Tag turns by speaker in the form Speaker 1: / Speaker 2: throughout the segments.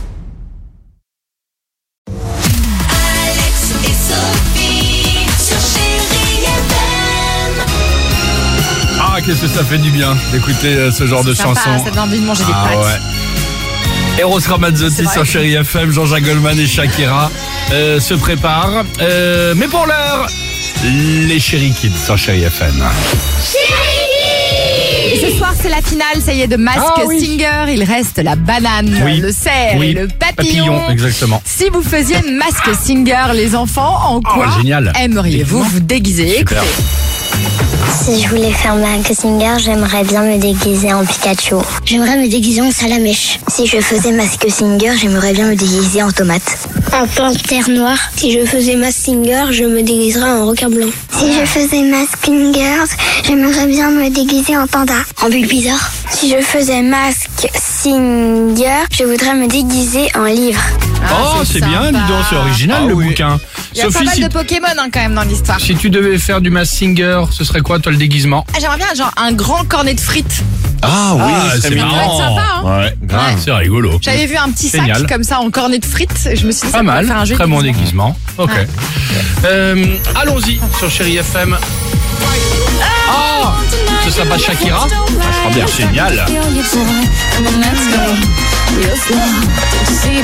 Speaker 1: Alex et Sophie sur Chéri FM.
Speaker 2: Ah, qu'est-ce que ça fait du bien d'écouter euh, ce genre de
Speaker 3: Sympa,
Speaker 2: chanson.
Speaker 3: ça donne envie de manger des
Speaker 2: Ah
Speaker 3: pâtes.
Speaker 2: ouais. Eros Ramazzotti sur Chéri FM, Jean-Jacques Goldman et Shakira euh, se préparent. Euh, mais pour l'heure, les Chéri Kids sur Chéri FM.
Speaker 3: Et ce soir, c'est la finale, ça y est, de Mask
Speaker 2: Ah oui.
Speaker 3: Singer. Il reste la banane,
Speaker 2: Oui.
Speaker 3: le cerf
Speaker 2: Oui.
Speaker 3: et le papillon.
Speaker 2: exactement. Ah,
Speaker 3: Si vous faisiez Mask Singer, les enfants, en quoi
Speaker 2: génial.
Speaker 3: aimeriez-vous vous déguiser
Speaker 2: Super.
Speaker 3: Écoutez,
Speaker 4: Si je voulais faire Mask Singer, j'aimerais bien me déguiser en Pikachu. J'aimerais me déguiser en salamèche. Si je faisais Mask Singer, j'aimerais bien me déguiser en tomate. En panthère noire. Si je faisais Mask Singer, je me déguiserais en requin blanc. Si je faisais Mask Singer, j'aimerais bien me déguiser en panda. En bizarre. Si je faisais Mask Singer, je voudrais me déguiser en livre.
Speaker 3: Ah,
Speaker 2: oh, c'est bien, dis donc, c'est
Speaker 3: sympa.
Speaker 2: original
Speaker 3: Ah
Speaker 2: le
Speaker 3: oui.
Speaker 2: bouquin.
Speaker 3: Il y a
Speaker 2: Sophie,
Speaker 3: pas mal
Speaker 2: si,
Speaker 3: de Pokémon hein, quand même dans l'histoire.
Speaker 2: si tu devais faire du mass singer, ce serait quoi toi le déguisement
Speaker 3: Ah, J'aimerais bien genre un grand cornet de frites.
Speaker 2: Ah oui, c'est
Speaker 3: mignon. Ça va être sympa, hein.
Speaker 2: Ouais, grave, c'est rigolo.
Speaker 3: J'avais vu un petit sac
Speaker 2: Génial.
Speaker 3: comme ça en cornet de frites. et Je me suis dit, ça pourrait
Speaker 2: Pas mal,
Speaker 3: faire un jeu
Speaker 2: très
Speaker 3: de
Speaker 2: bon
Speaker 3: déguisement.
Speaker 2: déguisement. Ok. Euh, Allons-y sur Chéri FM. Ah Ce sera pas Shakira Ah, Je crois bien. Génial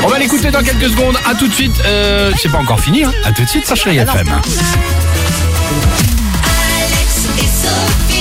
Speaker 2: On va l'écouter dans quelques secondes. À tout de suite. Euh, C'est pas encore Ah fini. Hein. À tout de suite sur Chéri FM.
Speaker 1: Alex et Sophie.